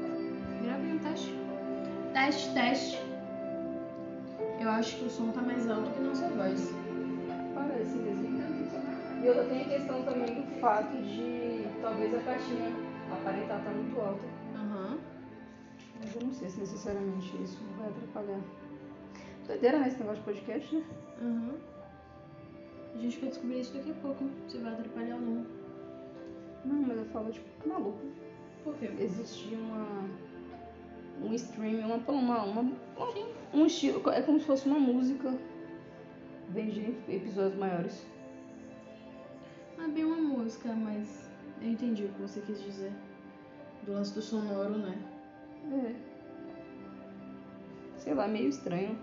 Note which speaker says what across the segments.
Speaker 1: um Teste, teste. Eu acho que o som tá mais alto que nossa voz.
Speaker 2: Parece mesmo. E eu tenho a questão também do fato de talvez a caixinha aparentar estar muito alta.
Speaker 1: Aham.
Speaker 2: Mas eu não sei se necessariamente isso vai atrapalhar. Doideira, né? Esse negócio de podcast, né?
Speaker 1: Aham. A gente vai descobrir isso daqui a pouco, se vai atrapalhar ou não.
Speaker 2: Não, mas eu falo, tipo, maluco.
Speaker 1: Por quê?
Speaker 2: Existia uma. Um stream, uma. uma, uma um estilo. É como se fosse uma música. Vende episódios maiores.
Speaker 1: Ah, bem uma música, mas eu entendi o que você quis dizer. Do lance do sonoro, né?
Speaker 2: É. Sei lá, meio estranho.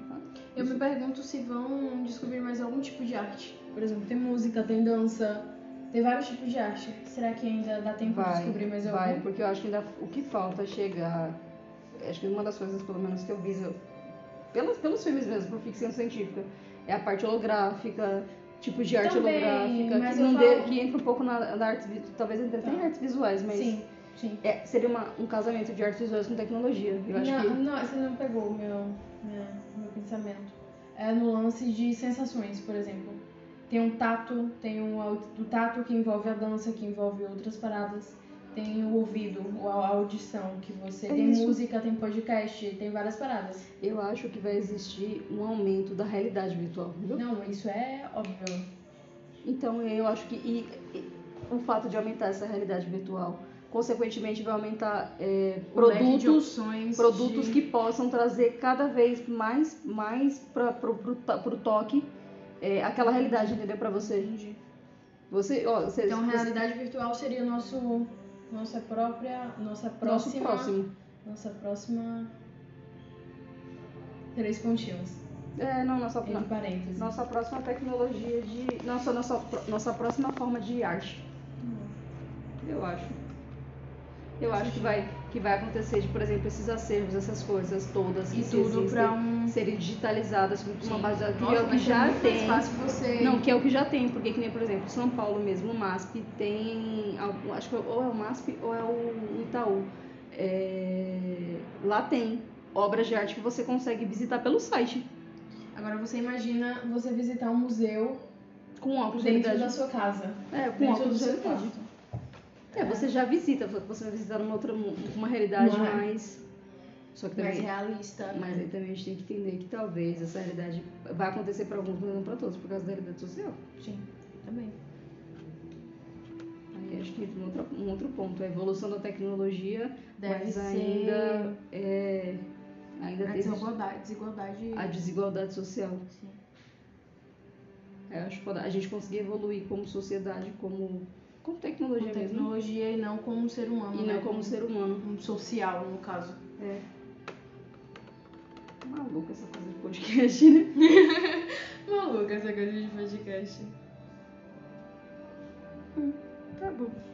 Speaker 1: Eu me pergunto se vão descobrir mais algum tipo de arte. Por exemplo, tem música, tem dança, tem vários tipos de arte. Será que ainda dá tempo de descobrir mais algum?
Speaker 2: vai, porque eu acho que ainda o que falta é chegar. Acho que uma das coisas, pelo menos, que eu vi eu- pelas, pelos filmes mesmo, por ficção científica, é a parte holográfica, tipo de arte
Speaker 1: Também,
Speaker 2: holográfica,
Speaker 1: mas
Speaker 2: que,
Speaker 1: eu
Speaker 2: não dê-
Speaker 1: falo-
Speaker 2: que entra um pouco na, na arte, vi- talvez ainda
Speaker 1: Tá.
Speaker 2: tenha artes visuais, mas
Speaker 1: Sim, sim.
Speaker 2: é, seria uma- um casamento de artes visuais com tecnologia. Eu acho
Speaker 1: não,
Speaker 2: que
Speaker 1: não, você não pegou o meu, minha- meu pensamento. É no lance de sensações, por exemplo. Tem um tato, tem um, au- o tato que envolve a dança, que envolve outras paradas. Tem o ouvido, o- a audição que você.
Speaker 2: É
Speaker 1: tem
Speaker 2: isso.
Speaker 1: música, tem podcast, tem várias paradas.
Speaker 2: eu acho que vai existir um aumento da realidade virtual. Entendeu?
Speaker 1: Não, isso é óbvio.
Speaker 2: Então eu acho que e- e o fato de aumentar essa realidade virtual, consequentemente, vai aumentar é,
Speaker 1: O leque de
Speaker 2: produtos,
Speaker 1: opções
Speaker 2: produtos
Speaker 1: de-
Speaker 2: que possam trazer cada vez mais, mais para pro, pro, ta- pro toque é, aquela realidade, entendeu? Para você.
Speaker 1: Entendi.
Speaker 2: Você, ó, você,
Speaker 1: Então,
Speaker 2: você-
Speaker 1: realidade virtual seria o nosso, nossa própria, nossa
Speaker 2: nosso
Speaker 1: próxima,
Speaker 2: próximo.
Speaker 1: nossa próxima três pontinhos
Speaker 2: É, não, nossa,
Speaker 1: entre parênteses.
Speaker 2: nossa próxima tecnologia de. Nossa, nossa, pro- nossa próxima forma de arte. Eu acho. Eu acho que vai, que vai acontecer de, por exemplo, esses acervos, essas coisas todas que
Speaker 1: E tudo
Speaker 2: existem,
Speaker 1: pra um
Speaker 2: serem digitalizadas com uma base de dados, que
Speaker 1: Nossa,
Speaker 2: é o que
Speaker 1: mas é
Speaker 2: já
Speaker 1: muito mais
Speaker 2: tem.
Speaker 1: fácil você
Speaker 2: Não, que é o que já tem, porque que nem, por exemplo, São Paulo mesmo, o MASP tem, algum- acho que ou é o MASP ou é o Itaú. É, lá tem obras de arte que você consegue visitar pelo site,
Speaker 1: Agora você imagina você visitar um museu
Speaker 2: com óculos de
Speaker 1: dentro da
Speaker 2: realidade.
Speaker 1: sua casa,
Speaker 2: É,
Speaker 1: dentro
Speaker 2: com
Speaker 1: do
Speaker 2: óculos de
Speaker 1: seu
Speaker 2: realidade.
Speaker 1: quarto.
Speaker 2: É, você já visita, você vai visitar uma outra uma realidade
Speaker 1: Não é?
Speaker 2: mais. Só que
Speaker 1: Mais
Speaker 2: também.
Speaker 1: realista.
Speaker 2: Mas aí também a gente tem que entender que talvez essa realidade vai acontecer para alguns, mas não para todos, por causa da realidade social.
Speaker 1: Sim, também.
Speaker 2: Aí acho que entra um outro, um outro ponto, a evolução da tecnologia,
Speaker 1: Deve
Speaker 2: mas
Speaker 1: ser
Speaker 2: ainda é, ainda
Speaker 1: a
Speaker 2: tem
Speaker 1: desigualdade, desigualdade.
Speaker 2: a desigualdade social. É,
Speaker 1: Sim.
Speaker 2: Eu acho foda. A gente conseguir evoluir como sociedade, como, como tecnologia
Speaker 1: com
Speaker 2: mesmo,
Speaker 1: tecnologia e não como um ser humano.
Speaker 2: e
Speaker 1: né?
Speaker 2: não como ser humano.
Speaker 1: um social, no caso.
Speaker 2: É. Maluca essa coisa de podcast, né?
Speaker 1: Maluca essa coisa de podcast.
Speaker 2: Tá bom.